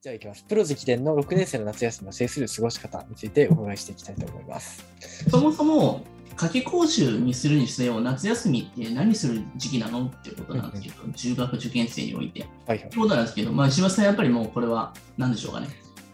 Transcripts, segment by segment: じゃあいきます。プロ直伝の6年生の夏休みの制する過ごし方についてお伺いしていきたいと思います。そもそも夏季講習にするにせよ夏休みって何する時期なのっていうことなんですけど、中学受験生において。はいはいと。いうことなんですけど、まあ、石橋さん、やっぱりもうこれは何でしょうかね。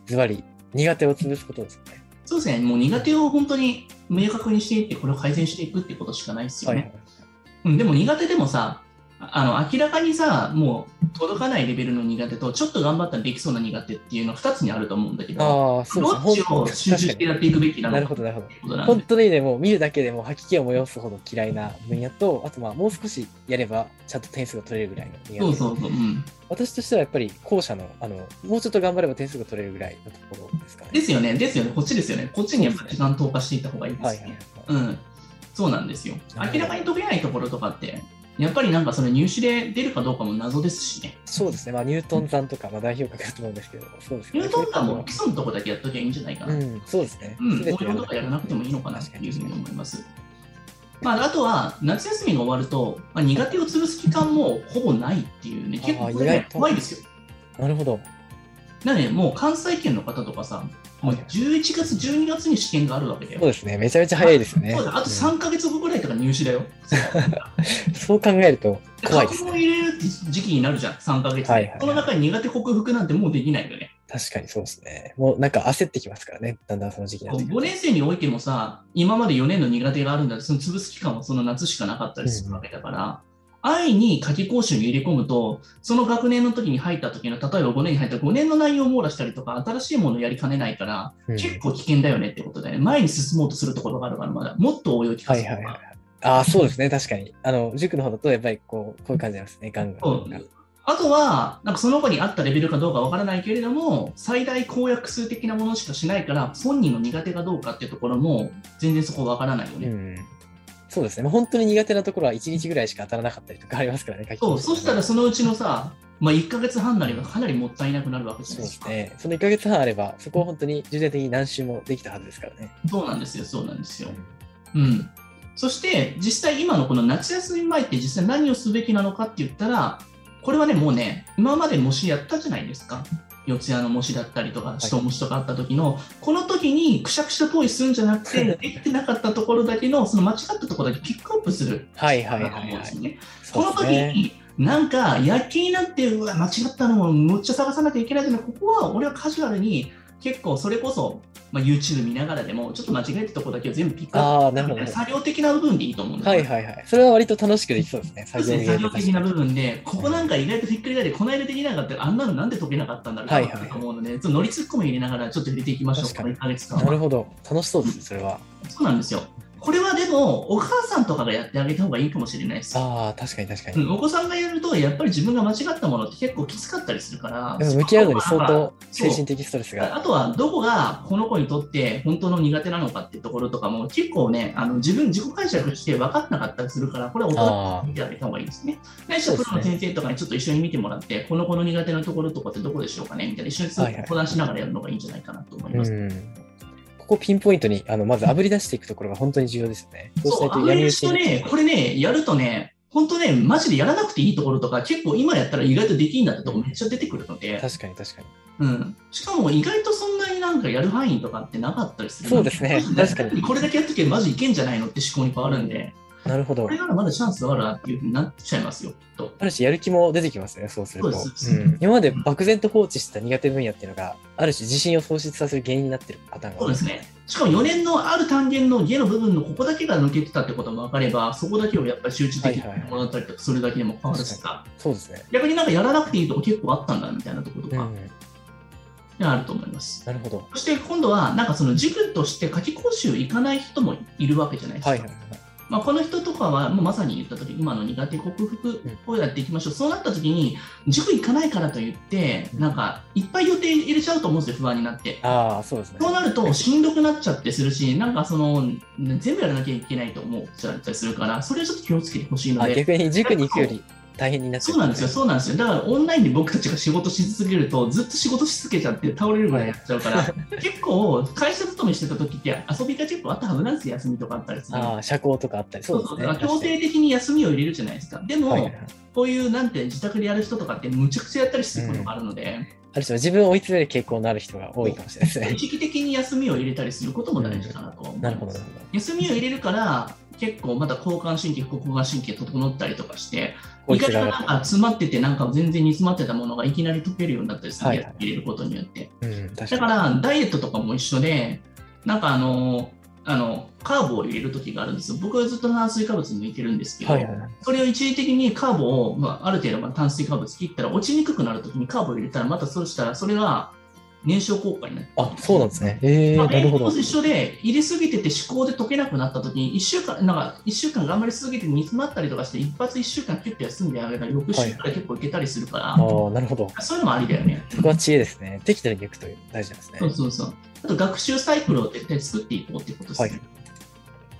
ズバリ、苦手を潰すことですかね。そうですね、もう苦手を本当に明確にしていって、これを改善していくってことしかないですよはいね。はい。うん、でも苦手でもさ、ああの明らかにさ、もう届かないレベルの苦手と、ちょっと頑張ったらできそうな苦手っていうのは2つにあると思うんだけど、ああ、そうどっですちね。を本集中してやっていくべきななのるほかっど、なるほどて。ことなん本で、当にね、もう見るだけでもう吐き気を催すほど嫌いな分野と、あとまあもう少しやればちゃんと点数が取れるぐらいの苦手そうそうそう、うん。私としてはやっぱり後者の、あの、もうちょっと頑張れば点数が取れるぐらいのところですかね。ですよね、ですよね、こっちですよね、こっちにやっぱ時間投下していった方がいいではいすはよいはねい。。うん、そうなんですよなるほ。ど明らかに解けないところとかって、やっぱりなんかその入試で出るかどうかも謎ですしね。そうですね、まあニュートン算とか、まあ代表格だと思うんですけど、そうですね。ニュートンさんも基礎のとこだけやっときゃいいんじゃないかうな。ん、そうですね。うん、全応て用とかやらなくてもいいのかな確とかいにうふうに思います。まあ、あとは、夏休みが終わると、まあ、苦手を潰す期間もほぼないっていうね、結あー構これ意外ねと怖いですよ。なるほど。なので、もう関西圏の方とかさ、もう11月、12月に試験があるわけだそうよ。ですね、めちゃめちゃ早いですよね。そうだあとうん3ヶ月後ぐらいとか入試だよ。そう考えると 怖いです過去ね。問入れるって時期になるじゃん、3ヶ月。はいはいはいこの中に苦手克服なんてもうできないよね。確かにそうですね。もうなんか焦ってきますからね、だんだんその時期になってくる5年生においてもさ、今まで4年の苦手があるんだって、その潰す期間はその夏しかなかったりするわけだから、安易に夏季講習に入れ込むと、その学年の時に入った時の、例えば5年に入った5年の内容を網羅したりとか、新しいものをやりかねないから、うん結構危険だよねってことだよね。前に進もうとするところがあるから、まだもっと応用聞かはせいるはいはい。ああ、そうですね、確かに。あの、塾の方だとやっぱりこう、こういう感じなんですね、ガンガン。そうあとは、なんかその子に合ったレベルかどうかわからないけれども、最大公約数的なものしかしないから、本人の苦手かどうかっていうところも、全然そこわからないようね。ん。そうですね、もう本当に苦手なところは1日ぐらいしか当たらなかったりとかありますからね、書きそ込う、みそしたらそのうちのさ、まあ、1ヶ月半なりがかなりもったいなくなるわけじそゃうないでですすか。ね。その1ヶ月半あれば、そこを本当に重点的に何周もできたはずですからね。そうなんですよ、そうなんですよ。うん。そして、実際今のこの夏休み前って実際何をすべきなのかって言ったら、これはね、もうね、今まで模試やったじゃないですか。四谷の模試だったりとか、首都模試とかあった時の、この時にくしゃくしゃポイするんじゃなくて、できてなかったところだけの、その間違ったところだけピックアップする。はいはいはだとい思うんはですい。よねそこのうで時すね。に、なんか、やっ気になって、うわ、間違ったのをむっちゃ探さなきゃいけないじゃない、ここは俺はカジュアルに、結構それこそ、まあ、YouTube 見ながらでも、ちょっと間違えたとこだけを全部ピックアッああ、プなるみほたどいな。作業的な部分でいいと思うんですよはいはいはい。それは割と楽しくできそうですね。そうですね作業的な部分で、こにこなんか意外とひっくり返って、この間できなかったら、あんなのなんで解けなかったんだろうはいはいなと思うので、ちょっと乗りツッコミ入れながら、ちょっと入れていきましょう、確かこにの1ヶ月間なるは。ほど。楽しそうですね、それは。そうなんですよ。これはでも、お母さんとかがやってあげた方がいいかもしれないです。ああ、確かに確かうに。ん、お子さんがやると、やっぱり自分が間違ったものって結構きつかったりするから、でも向き合うのに相当そ精う神的ストレスあが。とは、どこがこの子にとって本当の苦手なのかっていうところとかも、結構ね、あの自分、自己解釈して分かんなかったりするから、これは大人あに見てあげた方がいいですね。ないしはプロの先生とかにちょっと一緒に見てもらって、この子の苦手なところとかってどこでしょうかねみたいな、一緒にはいはい相談しながらやるのがいいんじゃないかなと思あ、いうます。ん。ここピンポイントに、あの、まず炙り出していくところが本当に重要ですよね。そうしそ、ないうとあの闇や討ち人にね、これね、やるとね、本当ね、マジでやらなくていいところとか、結構今やったら意外とできんだってとこめっちゃ出てくるので、確かに確かに。うん、しかも意外とそんなになんかやる範囲とかってなかったりするそうですねマジ確かにこれだけやっとけばマジいけんじゃないのって思考に変わるんで、なるほどこれ。ならまだチャンスあるなっていうふうになっちゃいますよ、きっと。ある種やる気も出てきますね、そうすると。そうですそううん今まで漠然と放置してた苦手分野っていうのが、ある種自信を喪失させる原因になってるパターンがそ多ういですね。しかも4年のある単元の家の部分のここだけが抜けてたってことも分かれば、そこだけをやっぱり集中的にもらったりとか、それだけでも変わるしさ、そうですね。逆になんかやらなくていいとこ結構あったんだみたいなところとうか、ん。あると思います。なるほど。そして今度は、なんかその塾として夏季講習行かない人もいるわけじゃないですか。はいはいはい。まあ、この人とかはもうまさに言った時今の苦手克服をやっていきましょう、そうなった時に塾行かないからといってなんかいっぱい予定入れちゃうと思うんですよ不安になって。ああ、そうですね。そうなるとしんどくなっちゃってするしなんかそのね全部やらなきゃいけないと思っちゃったりするからそれはちょっと気をつけてほしいのあで。逆に塾に行くより大変になっちゃそうなんですよ、そうなんですよ。だからオンラインで僕たちが仕事し続けると、ずっと仕事し続けちゃって倒れるぐらいやっちゃう から、結構、会社勤めしてた時って遊びが結構あったはずなんですよ、休みとかあったりする。ああ、社交とかあったり。そうですね。だから強制的に休みを入れるじゃないですか。でも、はいはいはいこういうなんて自宅でやる人とかってむちゃくちゃやったりすることがあるので、ある種自分を追い詰める傾向のある人が多いかもしれないですね。時期的に休みを入れたりすることも大事かなとは思います。なるほど、なるほど。休みを入れるから、結構まだ交感神経、副交感神経整ったりとかして、効意外率とが上なんがか詰まってて、なんか全然煮詰まってたものがいきなり溶けるようになったりする、はいはい入れることによって。る。うん、確だかかに。ら、ダイエットとかも一緒で、なんかあの、あのカーブを入れる時があるんですよ。僕はずっと炭水化物抜いてるんですけど、はいはいはい。それを一時的にカーブを、まあ、ある程度まあ炭水化物切ったら落ちにくくなるときにカーブを入れたらまたそうしたらそれが燃焼効果になる。あ、そうなんですね。ええまあ、なるほ栄ど養。と一緒で入れすぎてて思考で溶けなくなったときに1週間なんか一週間頑張りすぎて煮詰まったりとかして一発1週間キュッと休んであげたら翌週から結構いけたりするから、ああ、なるほど。そういうのもありだよね。そこは知恵ですね。適度に抜くという大事なんですね。そうそうそう。あと学習サイクルを徹底作っていこうってことですね。はい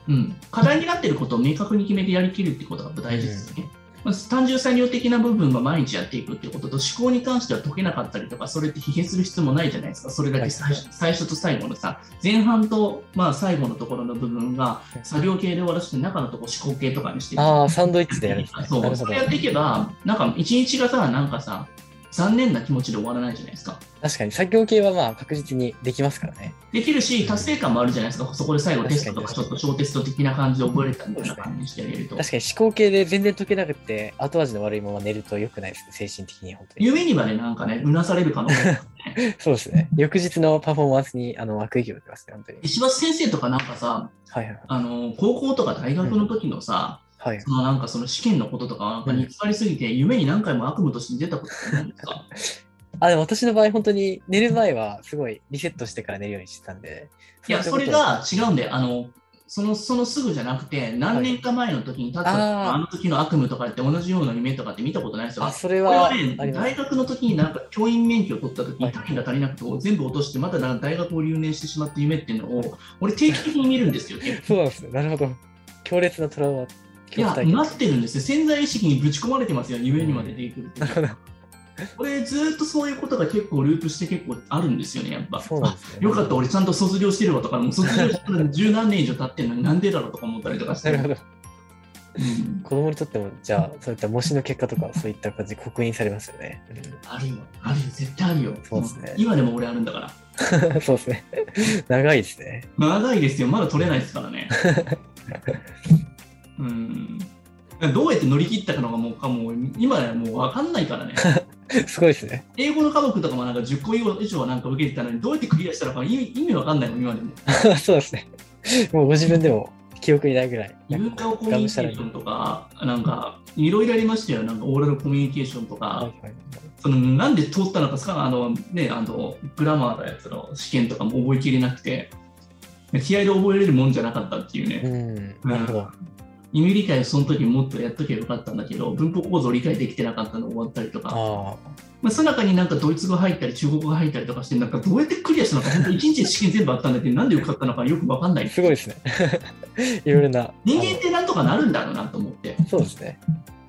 うん。課題になっていることを明確に決めてやりきるってことが大事ですね。まず単純作業的な部分は毎日やっていくってことと思考に関しては解けなかったりとかそれって疲弊する必要もないじゃないですかそれだけ最,、は最初と最後のさ前半とまあ最後のところの部分が作業系で終わらせて中のところ思考系とかにしていくああ、サンドイッチでやるんですね。そなるう、ほそどれ。やっていけば、なんか一日がさ、なんかさ、残念な気持ちで終わらないじゃないですか。確かに、作業系はまあ確実にできますからね。できるし、達成感もあるじゃないですか、そこで最後テストとか、ちょっと小テスト的な感じで覚えれたみたいな感じにしてあげると。確かに思考系で全然解けなくて、後味の悪いまま寝ると良くないですね、精神的に本当に。夢にまでなんかね、うなされる可 能性そうですね。翌日のパフォーマンスにあの悪影響が出ますね、本当に。石橋先生とかなんかさ、はいはいあの高校とか大学の時のさ、はい。はいそのなんかその試験のこととか、なんか煮詰まりすぎて、夢に何回も悪夢として出たことあるんですか。あ、でも私の場合、本当に寝る前はすごいリセットしてから寝るようにしてたんで。いや、ううそことれが違うんで、あの、そのそのすぐじゃなくて、何年か前の時に、たった、あーあの時の悪夢とかって同じような夢とかって見たことないですよあ、。それこれははありね、ます大学の時になんか教員免許を取った時はにい単位が足りなくて全部落としてまた大学を留年してしまった夢っていうのを俺定期的に見るんですよ。 結構そうなんですね。なるほど。強烈なトラウマ。いや、恐怖なってるんですよ。潜在意識にぶち込まれてますよ、夢にまで出て くるっていうのは。俺ずっとそういうことが結構ループして結構あるんですよね、やっぱ。そうなんですね。よかった、俺ちゃんと卒業してるわとか、もう卒業してから十何年以上経ってるのになんでだろうとか思ったりとかして。なるほど。うん子供にとっても、じゃあ、そういった模試の結果とか、そういった感じで刻印されますよね。あるよ、あるよ、絶対あるよ。そうですね今でも俺あるんだから。うん そうですね。長いですね。長いですよ、まだ取れないですか らね。うん。どうやって乗り切ったかのがもうかもう今ではもう分かんないか らね。すごいですね。英語の科目とかもなんか10個以上はなんか受けてたのに、どうやってクリアしたのか意味意味分かんないもん、今で も。そうですね。もうご自分でも記憶にないぐらい。文化をコミュニケーションとか、なんかいろいろありましたよ、なんかオーラルコミュニケーションとはいか、はいそのなんで通ったのかさ、あのね、あのグラマーのやつの試験とかも覚えきれなくて、気合で覚えれるもんじゃなかったっていうね。うん、なるほど。意味理解をその時もっとやっとけばよかったんだけど文法構造を理解できてなかったの終わったりとかああ、まあ、その中になんかドイツ語入ったり中国語入ったりとかしてなんかどうやってクリアしたのか本当1日で試験全部あったんだけどなんでよかったのかよく分かんないすごいですね。 いろいろな。人間ってなんとかなるんだろうなと思ってあのそうですね。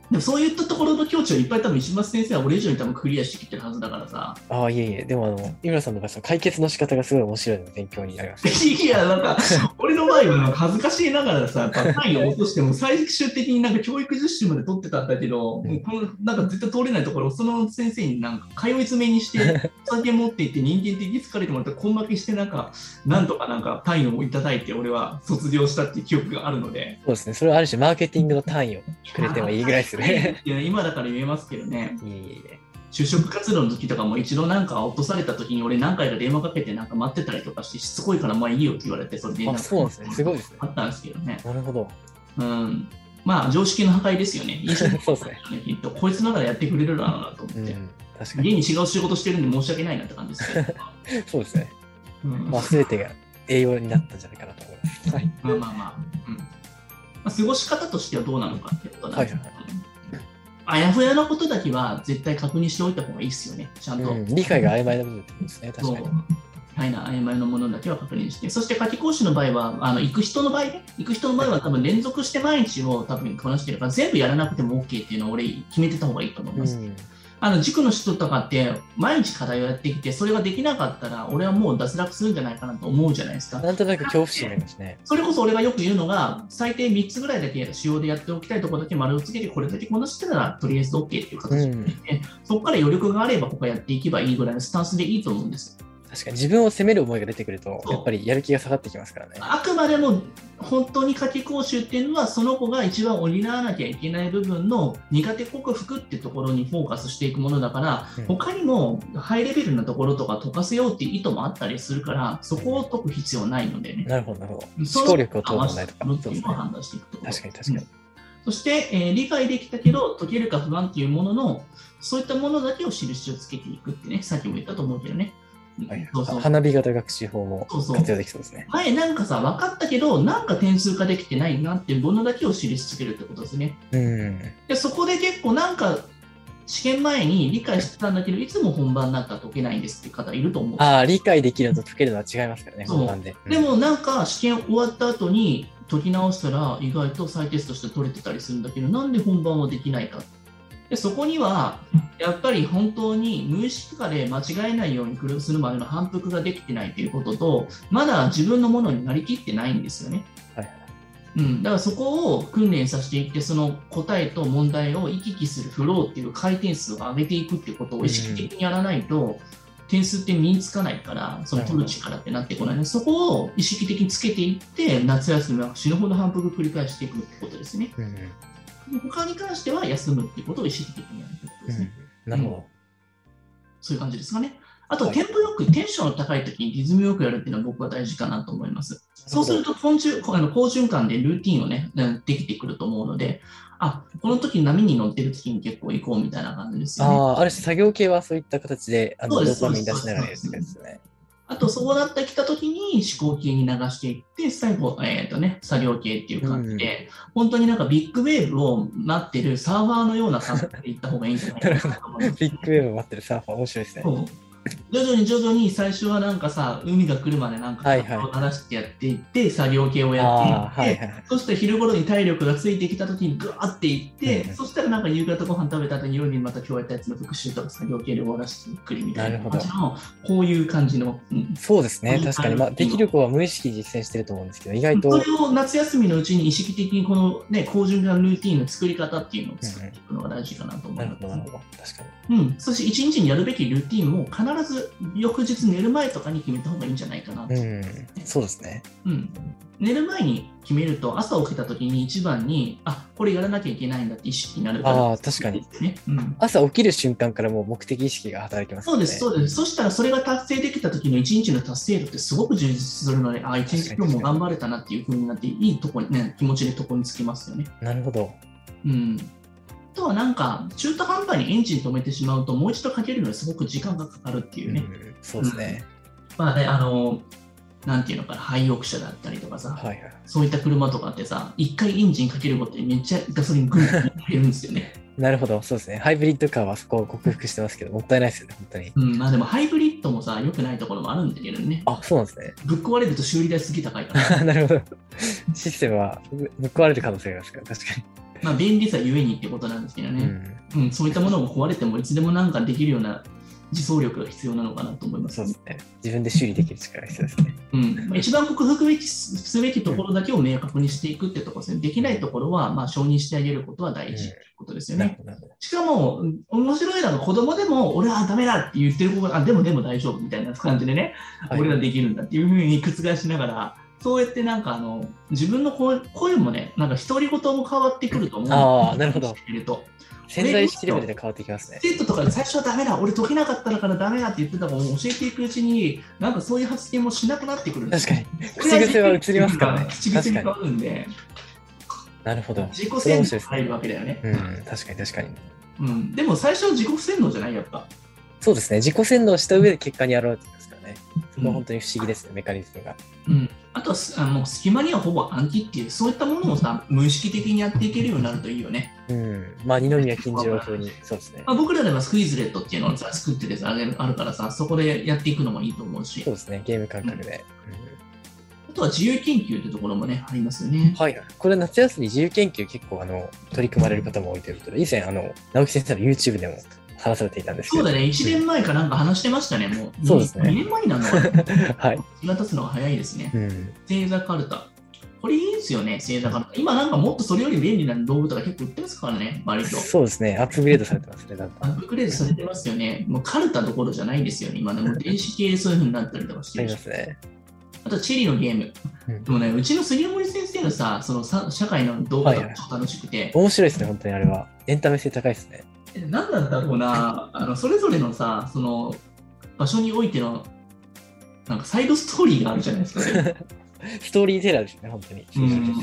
でもそういったところの境地をいっぱい多分石松先生は俺以上に多分クリアしてきてるはずだからさああ、いえいえ。でも、あの、井村さんの場合、その解決の仕方がすごい面白いので勉強になりました。いやなんか俺の場合はなんか恥ずかしいながらさやっぱ単位を落としても最終的になんか教育実習まで取ってたんだけど、うんもうこのなんか絶対通れないところをその先生になんか通い詰めにして お酒持って行って人間的に疲れてもらって根負けしてなんかなんとかなんか単位をいただいて俺は卒業したっていう記憶があるのでそうですね。それはある種、マーケティングの単位をくれてもいいぐらいですよね。いや今だから言えますけどねいえいえいえ。就職活動の時とかも一度なんか落とされた時に俺何回か電話かけてなんか待ってたりとかしてしつこいからまあいいよって言われてそれでなんあ、かそうなんですね。すごいですねあ。ったんですけどねなるほ ど。うん、まあ常識の破壊ですよね。いい仕事そうですね。だねきっとこいつならやってくれるだろうなと思うって。ん。確か家に。に違う仕事してるんで申し訳ないなって感じですけど。そうですね。うん、 ままあ、すべてが栄養になったんじゃないかなと思います。はい。あまあまあ、うんまあ過ごし方としてはどうなのかってことなんですけど、はいあやふやなことだけは絶対確認しておいた方がいいですよね。ちゃんと。うん、理解が曖昧な部分ってことですね。そ確うかに。はいな曖昧なものだけは確認して、そして夏季講師の場合は、あの行く人の場合ね、行く人の場合は多分連続して毎日を多分こなしてるから、全部やらなくても OK っていうのを俺決めてた方がいいと思います。うん。あの塾の人とかって毎日課題をやってきてそれができなかったら俺はもう脱落するんじゃないかなと思うじゃないですかなんとなく恐怖心になりますね。それこそ俺がよく言うのが最低3つぐらいだけ主要でやっておきたいところだけ丸をつけてこれだけこなしてたらとりあえず OK っていうう形、ん。そこから余力があれば他やっていけばいいぐらいのスタンスでいいと思うんです確かに自分を責める思いが出てくると、そうやっぱりやる気が下がってきますからね。あくまでも本当に夏期講習っていうのはその子が一番補わなきゃいけない部分の苦手克服ってところにフォーカスしていくものだから、うん他にもハイレベルなところとか溶かせようっていう意図もあったりするからそこを解く必要ないのでね。なるほど、なるほど。そ思の考力を問う問題とか。合わせそてうるってでいすね。うのを判断していくと確かに確かにうんそして、えー理解できたけど解けるか不安っていうもののそういったものだけを印をつけていくってねさっきも言ったと思うけどね。はいそうそう花火型学習法もそうそう活用できそうですね。前なんかさ、分かったけど、なんか点数化できてないなっていうものだけを知り続けるってことですね。うん。で、そこで結構なんか、試験前に理解してたんだけど、いつも本番になったら解けないんですって方いると思う。ああ、理解できるのと解けるのは違いますからね、そう本番で。うんでもなんか、試験終わった後に解き直したら、意外と再テストして取れてたりするんだけど、なんで本番はできないか。で、そこには、やっぱり本当に無意識化で間違えないように工夫するまでの反復ができてないということと、まだ自分のものになりきってないんですよね。うん、だからそこを訓練させていってその答えと問題を行き来するフローっていう回転数を上げていくっていうことを意識的にやらないと、点数って身につかないからその取る力ってなってこないのでそこを意識的につけていって夏休みは死ぬほど反復繰り返していくってことですねうんうん他に関しては休むっていうことを意識的にやるってことですね、なるほそういう感じですかねあとはいテンポよくテンションの高い時にリズムよくやるっていうのは僕は大事かなと思いますど。そうすると好循あの好循環でルーティンをね、うんできてくると思うので、あこの時波に乗ってる時に結構行こうみたいな感じですあよね。あ、ある種作業系はそういった形で、あそのうでドすーパミン出しながらやそうでるすって感じですね。。あと、そこだってきた時に思考系に流していって、最後、えっ、とね、作業系っていう感じで、本当になんかビッグウェーブを待ってるサーファーのような感覚で行った方がいいんじゃないかなと思いますビッグウェーブを待ってるサーファー、面白いですね。そう徐々に徐々に最初はなんかさ、海が来るまでなんかはいはい体を慣らしてやっていって、作業系をやっていって、ああ、はいはい。そして昼頃に体力がついてきた時にグワーっていって、うんうんそしたらなんか夕方ご飯食べた後に夜にまた今日やったやつの復習とか作業系で終わらせてゆっくりみたいななるほど感じのこういう感じの、うんそうですね、うん確かに。まあ、できる子は無意識に実践してると思うんですけど、意外そとれを夏休みのうちに意識的にこのね好循環ルーティンの作り方っていうのを作っていくのが大事かなと思ないるほど、なまるすほど。確かに。うん、そして一日にやるべきルーティンも必ず翌日寝る前とかに決めた方がいいんじゃないかなとうん、そうですね。うん、寝る前に決めると朝起きた時に一番にあこれやらなきゃいけないんだって意識になるからあー確かにですねうん、朝起きる瞬間からもう目的意識が働きますそようね。ですそうですそしたらそれが達成できた時の一日の達成度ってすごく充実するのであ一日今日も頑張れたなっていう風になっていいとこに、ね、気持ちでとこにつきますよね、なるほど。うん、あとはなんか中途半端にエンジン止めてしまうともう一度かけるのにすごく時間がかかるっていううね、ん、そうですね。まあねあのなんていうのかな廃屋車だったりとかさ、はいはい。そういった車とかってさ、一回エンジンかけることでめっちゃガソリングングン入れるんですよ ね。なるほど、そうですね。ハイブリッドカーはそこを克服してますけど、もったいないですよね、本当に。うん、まあでもハイブリッドもさ、良くないところもあるんだけどね。あ、そうなんですね。 ぶっ壊れると修理代すげえ高いから。なるほど。システムはぶぶっ壊れる可能性がありますから、確かまあ便利さゆえにってことなんですけどに。ね。うん、そういったものが壊れてもいつでもなんかできるような自走力が必要なのかなと思いうん、ますそう。ですね。自分で修理できる力が必要ですね。うん、まあ一番克服べきすすべきところだけを明確にしていくってところですね。できないところはまあ承認してあげることは大事ってことですよなる。ねほどなるほど。しかも、うん面白いのが子供でも、俺はダメだって言ってる子が、あ、でもでも大丈夫みたいな感じでね、はい俺らできるんだっていうふうに覆しながら、そうやってなんかあの、自分の声声もね、なんか独り言も変わってくると思うんだよあーなるほど。してると潜在意識レベルで変わってきますね。生徒とかで最初はダメだ、俺解けなかったからダメだって言ってたのを教えていくうちに、なんかそういう発言もしなくなってくるんです確よかに。口癖は移りますからね。 口癖確かに変にわ。るんで、なるほど。自己それ洗面白い脳がです入るね。わけだよね。うん、確かに確かに。うん、でも最初は自己洗脳じゃない、やっぱ。そうですね。自己洗脳した上で結果に現れてきますからね。そこうはん本当に不思議ですね、メカニズムが。うん、あとはすあの隙間にはほぼ暗記っていうそういったものをさ無意識的にやっていけるようになるといいよね、うん。まあ、二宮金次郎風に。そうですね。まあ、僕らではスクイズレットっていうのをさ作っててさあれあるからさそこでやっていくのもいいと思うしそうですね。ゲーム感覚で。うんあとは自由研究ってところもねありますよね、はい、これ夏休み自由研究結構あの取り組まれる方も多いということで以前あの直木先生の YouTube でも話されていたんですけそうど。だね、1年前かなんか話してましたね、もう。そうですね2年前になるのかな はい。気が立つのが早いですねう。ん。星座カルタ。これいいですよね、星座カルタ。今なんかもっとそれより便利な道具とか結構売ってますからね、割と。そうですね。アップグレードされてますね、だんだアん。ップグレードされてますよね。もうカルタどころじゃないですよね。今でも電子系そういう風になったりとかしあてりるまし。すね。あとチェリーのゲーム。うんでもね、うちの杉森先生のさ、そのさ社会の動画がちょっと楽しくて、面白いですね、本当にあれは。エンタメ性高いですね。え何なんだろうな、あのそれぞれのさ、その場所においての、なんかサイドストーリーがあるじゃないですかそれ。ストーリーテラーですね、本当に。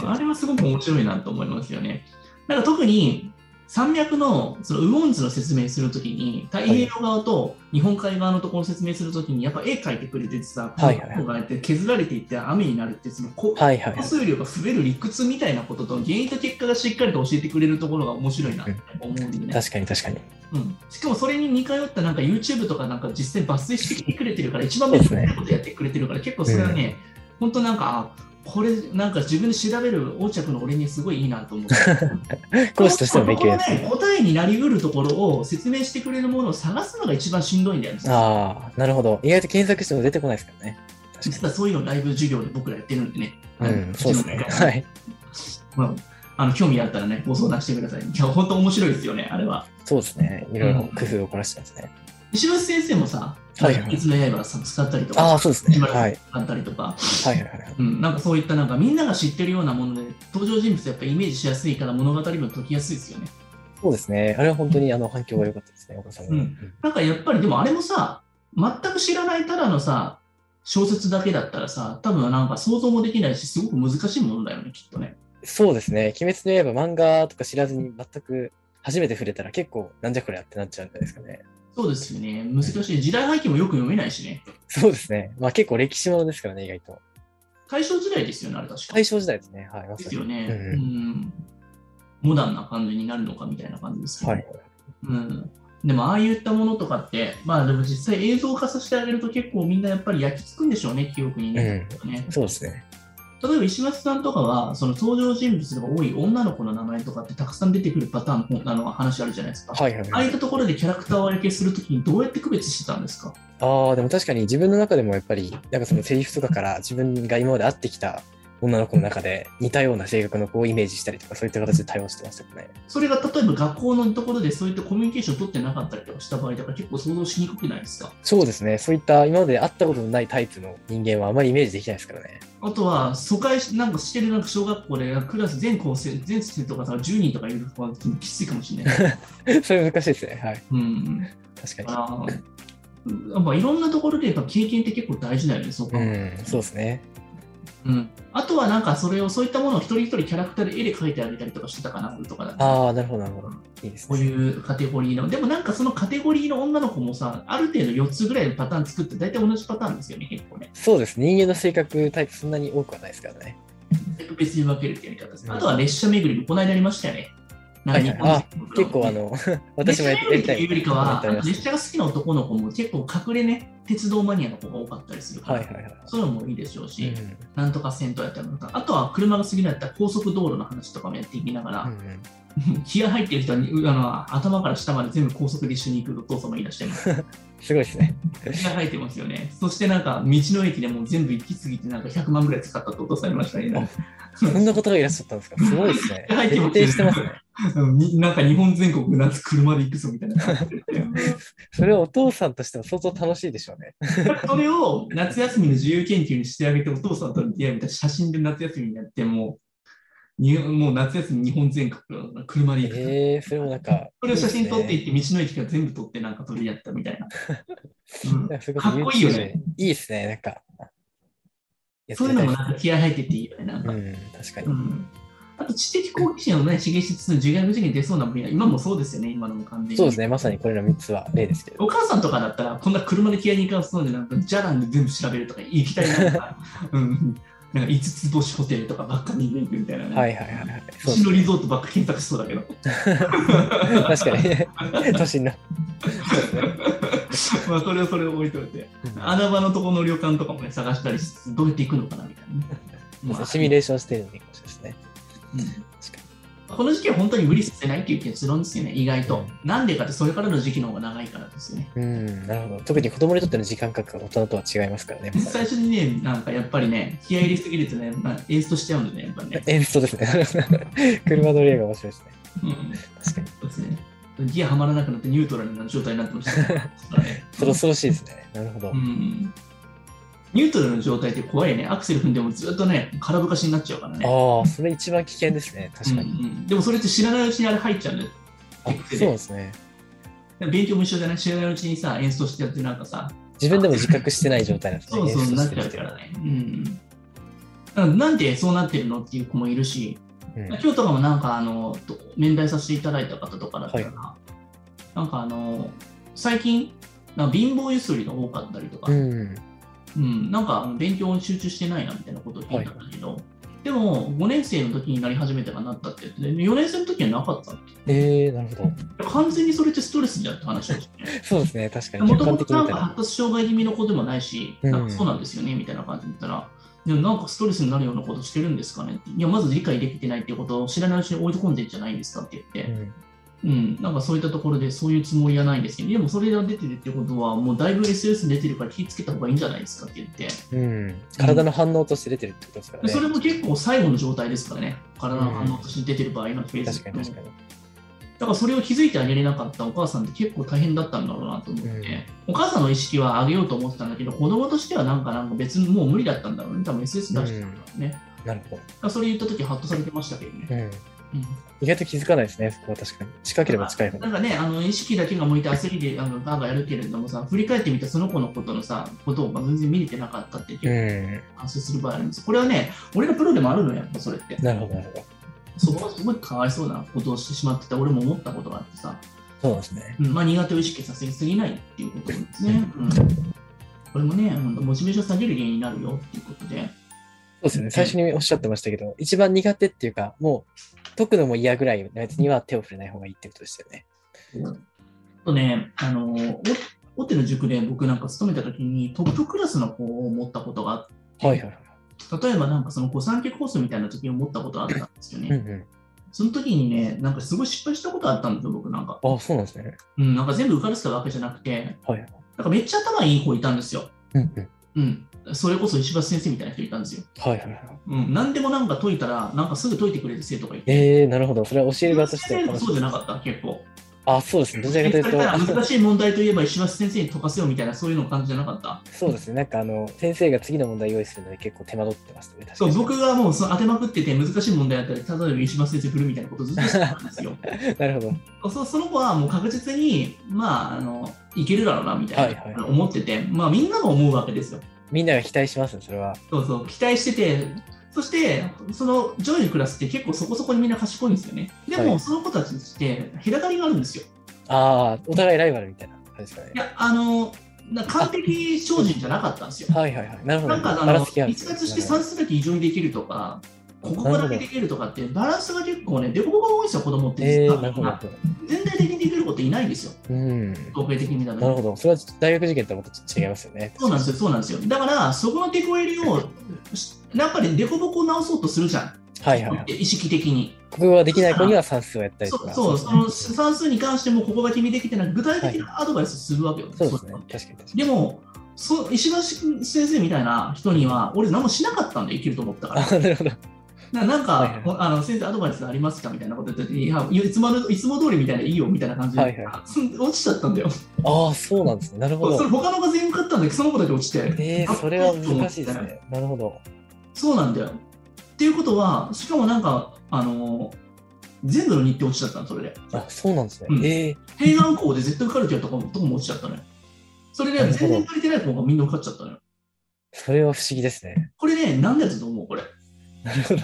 うん、あれはすごく面白いなと思いますよね。なんか特に山脈のそのウォンズの説明するときに太平洋側と日本海側のところの説明するときにやっぱ絵描いてくれててさ、はいはいこうやって削られていって雨になるってそのこはいはい降はい。水量が増える理屈みたいなことと原因と結果がしっかりと教えてくれるところが面白いなって思うんだよね、確かに確かに。うん、しかもそれに似通ったなんか YouTube とかなんか実際抜粋してきてくれてるから一番そう面です白ねいことやってくれてるから結構それはね、本当なんかあこれなんか自分で調べる横着の俺にすごいいいなと思って 講師としても勉強です。このね答えになりうるところを説明してくれるものを探すのが一番しんどいんだよねああ、なるほど。意外と検索しても出てこないですからね。確実はそういうのライブ授業で僕らやってるんでね、かに。うん、そうですね。うちの会社はい。まあ、あの興味あったらね、ご相談してください。いや、本当面白いですよね、あれは。そうですね。いろいろ工夫を凝らしてますね。石橋先生もさ、はいなんか鉄の刃さ使ったりとあか、あ、そうですね。藤はい。はい原さん使ったりとか、はいはい。うん、なんかそういったなんかみんなが知ってるようなもので、登場人物やっぱイメージしやすいから物語も解きやすいですよね。そうですね。あれは本当にあの反響が良かったですね、岡さんが。うんうんなんかやっぱりでもあれもさ、全く知らないただのさ、小説だけだったらさ、多分なんか想像もできないし、すごく難しいものだよね、きっとね。そうですね。鬼滅の刃漫画とか知らずに全く初めて触れたら結構なんじゃこりゃってなっちゃうんじゃないですかね。そうですよね。難しい。時代背景もよく読めないしね。そうですね。まあ結構歴史ものですからね、意外と。大正時代ですよね、あれ確か。大正時代ですね。はい。までさすによね、うんうんモダンな感じになるのかみたいな感じですけど、はい。うん、でもああいったものとかって、まあでも実際映像化させてあげると結構みんなやっぱり焼き付くんでしょうね、記憶にね。ねそうですね。例えば石橋さんとかは、その登場人物が多い女の子の名前とかってたくさん出てくるパターンのあの話あるじゃないですか。はいはいああはいっい。たところでキャラクターを分けするときにどうやって区別してたんですかああ、でも確かに自分の中でもやっぱり、なんかそのセリフとかから自分が今まで会ってきた女の子の中で似たような性格の子をイメージしたりとか、そういった形で対応してましたよね。それが例えば学校のところでそういったコミュニケーションを取ってなかったりとかした場合だから結構想像しにくくないですかそうですね。そういった今まで会ったことのないタイプの人間はあまりイメージできないですからね。 あとは、疎開しなんかしてるなんか小学校で、クラス全校生、全生徒とかさ、10人とかいるとか、きついかもしれない。それ難しいですね。はい。うん。確かに。あーうんやっぱいろんなところで、やっぱ経験って結構大事だよね、そうか。うん、そうですね。うんあとは、なんかそれを、そういったものを一人一人キャラクターで絵で描いてあげたりとかしてたかな、とかだねああ、なるほど、なるほど。いいですこうね。いうカテゴリーの、でもなんかそのカテゴリーの女の子もさ、ある程度4つぐらいのパターン作って、大体同じパターンですよね、結構ね。そうですね。人間の性格、タイプ、そんなに多くはないですからね。別に分けるってやり方です。うんあとは列車巡りも、この間ありましたよね。なんか日本はいはい人結構、あの、 私もやってみた列車巡りっていうよりい。かは、あやりのまし列車が好きな男の子も結構隠れね、鉄道マニアの子が多かったりするたかはら、いはいはい。そういうのもいいでしょうし、うんなんとか銭湯やったりとか、あとは車が好きだったら高速道路の話とかもやっていきながら、うんうん気合入ってる人はうあの頭から下まで全部高速で一緒に行くお父様いらっしゃいます。すごいですね。気合入ってますよね。そしてなんか道の駅でもう全部行き過ぎてなんか100万ぐらい使ったってお父さんいましたね。そんなことがいらっしゃったんですか。すごいです ね。入ってます徹よ底してますね。うんになんか日本全国夏車で行くぞみたいな感じで。それはお父さんとしても相当楽しいでしょうね。それを夏休みの自由研究にしてあげて、お父さんとの出会いみたいな写真で夏休みにやって、もう、にもう夏休み日本全国の車で行く。ええー、それもなんか。それを写真撮っていいって、道の駅から全部撮って、なんか取り合ったみたいな。うんですね。かっこいいよね。いいですね。なんか。やってそみういうたのいですもなんか気合入ってていいよね、なんか。うん、確かにう。んあと知的好奇心をね、刺激しつつ、自学授業に出そうな分野、今もそうですよね、今のも完全に。そうですね。まさにこれら3つは例ですけど。お母さんとかだったら、こんな車で気合いに行かそうで、なんか、じゃらんで全部調べるとか、行きたいなん か、うん、なんか5つ星ホテルとかばっかり行くみたいなね。はいはいはいはい。そう星のリゾートばっか検索しそうだけど。 確かに。都心の。 まあ、それはそれを置いといて。うん穴場のとこの旅館とかもね、探したりしつつ、どうやって行くのかなみたいなね。シミュレーションしてるのに、ですね。うん確かこの時期は本当に無理させないっていう結論ですよね、意外と。なんでかって、それからの時期の方が長いからですよね。うん、なるほど。特に子供にとっての時間感覚が大人とは違いますからね。で最初にね、なんかやっぱり ね、気合い入れすぎるとね、まあ、エースとしちゃうんでね、やっぱね。演奏ですね。 車乗り絵が面白いですね。うん、確かに。そうですね。ギアはまらなくなってニュートラルな状態になってました ね。そうだねそれ恐ろしいですね。なるほど。うんニュートラルの状態って怖いね。アクセル踏んでもずっとね、空ぶかしになっちゃうからね。ああ、それ一番危険ですね。確かに。うんうんでもそれって知らないうちにあれ入っちゃうんだよ。あそうですね。勉強も一緒じゃない知らないうちにさ、演奏してやってなんかさ、自分でも自覚してない状態なんですね。そうそう、演奏なっしてちるゃう時からね。うん。だからなんでそうなってるのっていう子もいるし、うん今日とかもなんかあの、と面談させていただいた方とかだったら、なんかあの、最近、なんか貧乏ゆすりが多かったりとか、うん。うん、なんか勉強に集中してないなみたいなことを聞いたんだけど、でも5年生の時になり始めたかなったって言って、4年生の時はなかったってえー、なるほど。完全にそれってストレスじゃんって話をしてねそうですね。確かに。客もと観も的とに見なんた。から発達障害気味の子でもないし、うんなんかそうなんですよねみたいな感じで言ったら、でもなんかストレスになるようなことしてるんですかねいや、まず理解できてないっていうことを知らないうちに追い込んでんじゃないんですかって言っうて、ん、うん、なんかそういったところでそういうつもりはないんですけど、でもそれが出てるってことは、もうだいぶ SOS 出てるから気をつけた方がいいんじゃないですかって言って、うん。体の反応として出てるってことですからね。それも結構最後の状態ですからね、体の反応として出てる場合のフェーズ確かに確かに。だからそれを気づいてあげれなかったお母さんって結構大変だったんだろうなと思って、お母さんの意識は上げようと思ってたんだけど、子供としてはなんかなんか別にもう無理だったんだろうね、多分 SS 出してたんだろうね。だかなるほど。らそれ言った時ハッとされてましたけどね。うん。うん意外と気づかないですね。そこは確かに。近ければ近いほどな。んかね、あの意識だけが向いて焦りであのガーガーやるけれどもさ、振り返ってみたその子のことのさ、ことを全然見れてなかったってう結ん。構反省する場合あるんです。これはね、俺のプロでもあるのよ、やっぱそれって。なるほど、なるほど。そこはすごいかわいそうなことをしてしまってた俺も思ったことがあってさ、そうなんですね。うんまあ、苦手を意識させすぎないっていうことですね。うん、これもね、ほんとモチベーション下げる原因になるよっていうことで、そうですよね。最初におっしゃってましたけど、一番苦手っていうか、もう解くのも嫌ぐらいのやつには手を触れない方がいいってことですよね。あとね、あのお大手の塾で僕なんか勤めた時にトップクラスの子を持ったことがあって、はいはいはい。例えばなんかその御三家コースみたいな時に持ったことあったんですようんね。うその時にね、なんかすごい失敗したことあったんですよ、僕なんか。ん。あ、そうなんですね。うん、なんか全部受かれてたわけじゃなくて、はいはい。なんかめっちゃ頭いい子いたんですよ。うんうん。うん、それこそ石橋先生みたいな人いたんですよ。はいはいはい。うん、何でもなんか解いたら、なんかすぐ解いてくれる生徒がいて。えー、なるほど。それは教える側として先は生も楽しそういじゃなかった、結構。あ、そうですね。どちらかとい それからうと、難しい問題といえば石橋先生に解かせようみたいな、そういうのを感じじゃなかった。そうですね。なんかあの、先生が次の問題用意するので結構手間取ってますね。確かそうに。僕がもうその当てまくってて、難しい問題だったら、例えば石橋先生振るみたいなことずっとしてたんで すよ。なるほど。そその子はもう確実に、まあ、あのいけるだろうなみたいな、はいはい思ってて、まあ、みんなが思うわけですよ。みんなが期待しますね、それは。そうそう、期待してて、そして、その上位のクラスって結構そこそこにみんな賢いんですよね。でも、はいその子たちって、隔たりがあるんですよ。ああ、お互いライバルみたいな感じですかねい。や、あの、な完璧精進じゃなかったんですよ。はいはいはい。なるほど。なんか、あばの、らつきがあるんで一すね括して算数だけ異常にできるとか、ここだけできるとかって、バランスが結構ね、凸凹が多いんですよ、子供ってえ実ー、は。なるほど。なるほど全体的にできることいないんですよ、うん。な統計的に見たらねるほど。それは大学受験とはまた違いますよね。そうなんですよ、そうなんですよ。だから、そこのデコ入りを、しやっぱり凸凹を直そうとするじゃん、はいはいはい。意識的に。国語ができない子には算数をやったりとそうか。そう、そのそう算数に関しても、ここが君できてない、具体的なアドバイスするわけよ。そうですね。そう確かに確かに。でもそう石橋先生みたいな人には、俺、何もしなかったんで、生きると思ったから。あ、なるほど。ななんか、はいはいおあの先生、アドバイスありますかみたいなこと言って、いやいつものいつも通りみたいな、いいよみたいな感じで、はいは 落ちちゃったんだよ。ああ、そうなんですね。なるほそれど。他のが全員勝ったんだけど、その子だけ落ちて。えー、それは難しいですね。なるほど。そうなんだよ。っていうことは、しかもなんか、あのー全部の日程落ちちゃったの、それで。あ、そうなんですね。うんえー、併願校で絶対受かるってやったとことこも落ちちゃったのよ。それでなるほど全然足りてない子がみんな受かっちゃったのよ。それは不思議ですね。これね、何でやつと思う、これ。なるほど。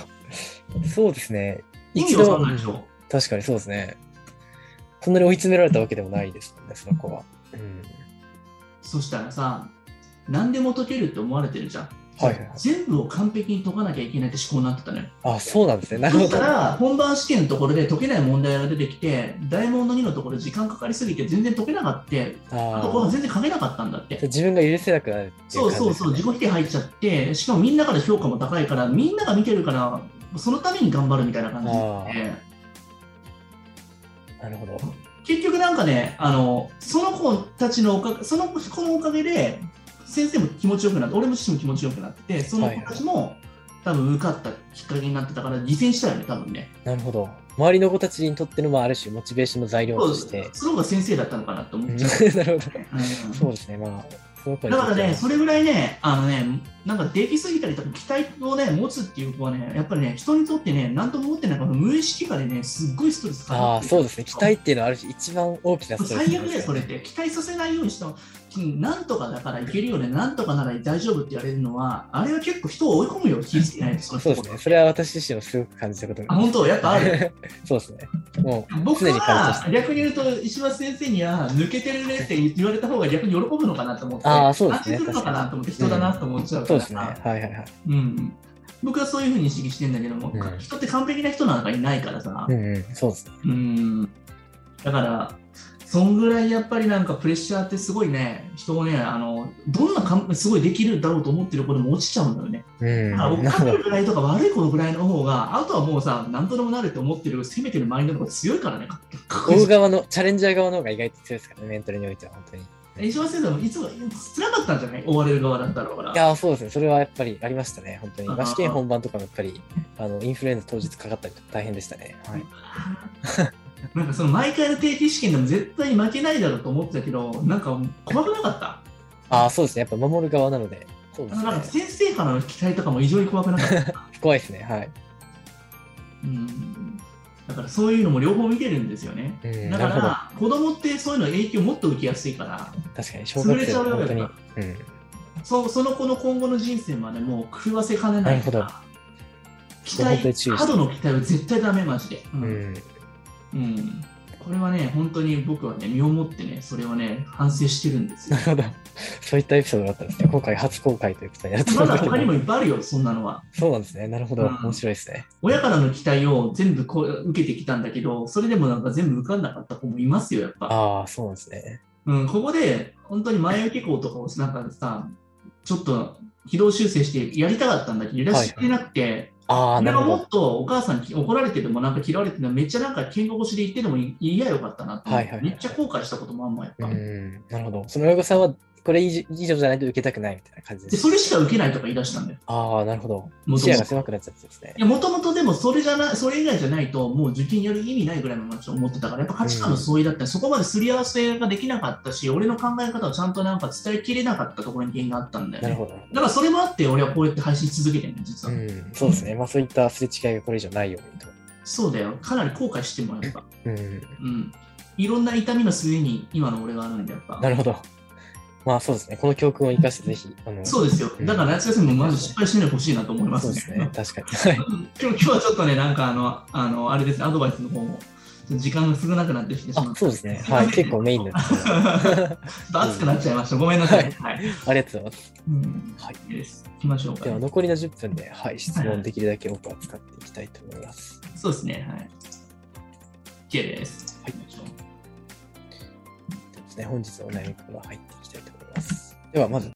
そうですね。意味一わ度、かんないでしうんょ。確かにそうですね。そんなに追い詰められたわけでもないですもんね、その子は。うん。そしたらさ、何でも解けるって思われてるじゃん。はいはいはい全部を完璧に解かなきゃいけないって思考になってたのよ。あ、そうなんですね。なるそほしたど。ら、本番試験のところで解けない問題が出てきて、大問の2のところで時間かかりすぎて全然解けなかった。あと、あは全然書けなかったんだってあ。。自分が許せなくなるっていそうう感じです、ね。そうそう、自己否定入っちゃって、しかもみんなから評価も高いから、みんなが見てるから、そのために頑張るみたいな感じで、なるほど。結局なんかね、あの、その子たちのおかげ、その子のおかげで、先生も気持ちよくなって、俺も自身も気持ちよくなって、その子たちも、多分受かったきっかけになってたから、犠牲したよね、多分ね。なるほど。周りの子たちにとっての、まあ、ある種、モチベーションの材料そうとでしてす。。その方が先生だったのかなと思うっんちゃう。 なるほど。うんそうですね、まあ、その子にだとからってはね、それぐらいね、あのね、なんかできすぎたりとか、期待をね、持つっていう子はね、やっぱりね、人にとってね、なんとも思ってないから、無意識化でね、すっごいストレスかあかあ、ってるそうですね。期待っていうのはある種、一番大きなストレス最悪だよ、ですそねれって。期待させないようにしたのなんとかだからいけるよね、なんとかなら大丈夫って言われるのは、あれは結構人を追い込むよ、気づいてないそのそう人ですね。それは私自身もすごく感じたことあ、本当、やっぱある。そうですね。もう、僕 常に感じは逆に言うと、石橋先生には抜けてるねって言われた方が逆に喜ぶのかなと思って、あーそうですね安心するのかなと思って、人だなと思っちゃうかそうら、ですね。はいはいはい。うん、僕はそういうふうに意識してんだけども、うん人って完璧な人なんかいないからさう、んうん、そうですね。うん、だから、そんぐらいやっぱりなんかプレッシャーってすごいね、人をね、あのどんなかんすごいできるだろうと思ってる子でも落ちちゃうんだよね。うん。だなかるほら僕勝てど。るぐらいとか悪い子のぐらいの方が、あとはもうさ、なんとでもなるって思ってる、攻めてるマインドの方が強いからね、か確追う実に側の、チャレンジャー側の方が意外と強いですからね、メントルにおいては、本当に。石橋先生もいつも辛かったんじゃない追われる側だったろうから。いやー、そうですね。それはやっぱりありましたね、本当に。あーまあ、試験本番とかもやっぱり、あの、インフルエンザ当日かかったりとか大変でしたね。はい。なんかその毎回の定期試験でも絶対に負けないだろうと思ってたけど、なんか怖くなかった。ああ、そうですね。やっぱ守る側なので。そうであのなんかすね。先生からの期待とかも異常に怖くなか った。怖いですね。はい。うんだからそういうのも両方見てるんですよね。うんだかなるら子供ってそういうの影響もっと受けやすいから、確かに、小学生は本当に。優うん。そその子の今後の人生までもう狂わせかねないかなるら、期本当に待、注意して過度の期待は絶対ダメマジで。うんうん。うんこれはね、本当に僕はね、身をもってね、それをね、反省してるんですよ な。るほど。そういったエピソードがあったんですね。今回初公開ということになってまだすけど他にもいっぱいあるよ、そんなのは。そうなんですね。なるほど。うん面白いですね。親からの期待を全部こう受けてきたんだけど、それでもなんか全部受かんなかった子もいますよ、やっぱ。ああ、そうなんですね。うん、ここで本当に前置き校とかをなんかさ、ちょっと軌道修正してやりたかったんだけど、やらせてなくて、ああ、ななんるかほもど。っとお母さんに怒られてでも、なんか嫌われてでも、めっちゃなんか喧嘩腰で言ってでもい言いやよかったなって、はいはいはいめっちゃ後悔したこともあんまやっうぱ。ん。なるほど。その親御さんは、これ以上以上じゃないと受けたくないみたいな感じで。ですそれしか受けないとか言い出したんだよ。ああ、なるほど。もと視野もがと狭くなっちゃってですねい。やもともとでもそれじゃない、それ以外じゃないと、もう受験やる意味ないぐらいの話を思ってたから、やっぱ価値観の相違だったり、そこまですり合わせができなかったし、俺の考え方をちゃんとなんか伝えきれなかったところに原因があったんだよなるね。ほど。だからそれもあって、俺はこうやって配信続けてるの、実うは。ん。そうですね。まあ、そういったすれ違いがこれ以上ないようにと。そうだよ、かなり後悔してもやっぱ。うん。うん。いろんな痛みの末に今の俺があるんだよ、やっなぱ。るほど。まあ、そうですね。この教訓を生かして、ぜひ、あの、そうですよ。だから夏休みもまず失敗しないでほしいなと思いまそすうね。ですね。確かに。はい。うん 今日今日はちょっとね、なんかあの、あの、あれですね、アドバイスの方も、ちょっと時間が少なくなってきてしまっあ、て。そうですね。はい。結構メインの。ちょ っと熱くなっちゃいました。ごめんなさい。はい。ありがとうございます。うんはい。いいです。行きましょうかでは。残りの10分で、はい、質問できるだけ多く扱っていきたいと思います。そうですね。はい。OK です。はいではですね、本日のお悩みから入っていきたいと思います。ではまず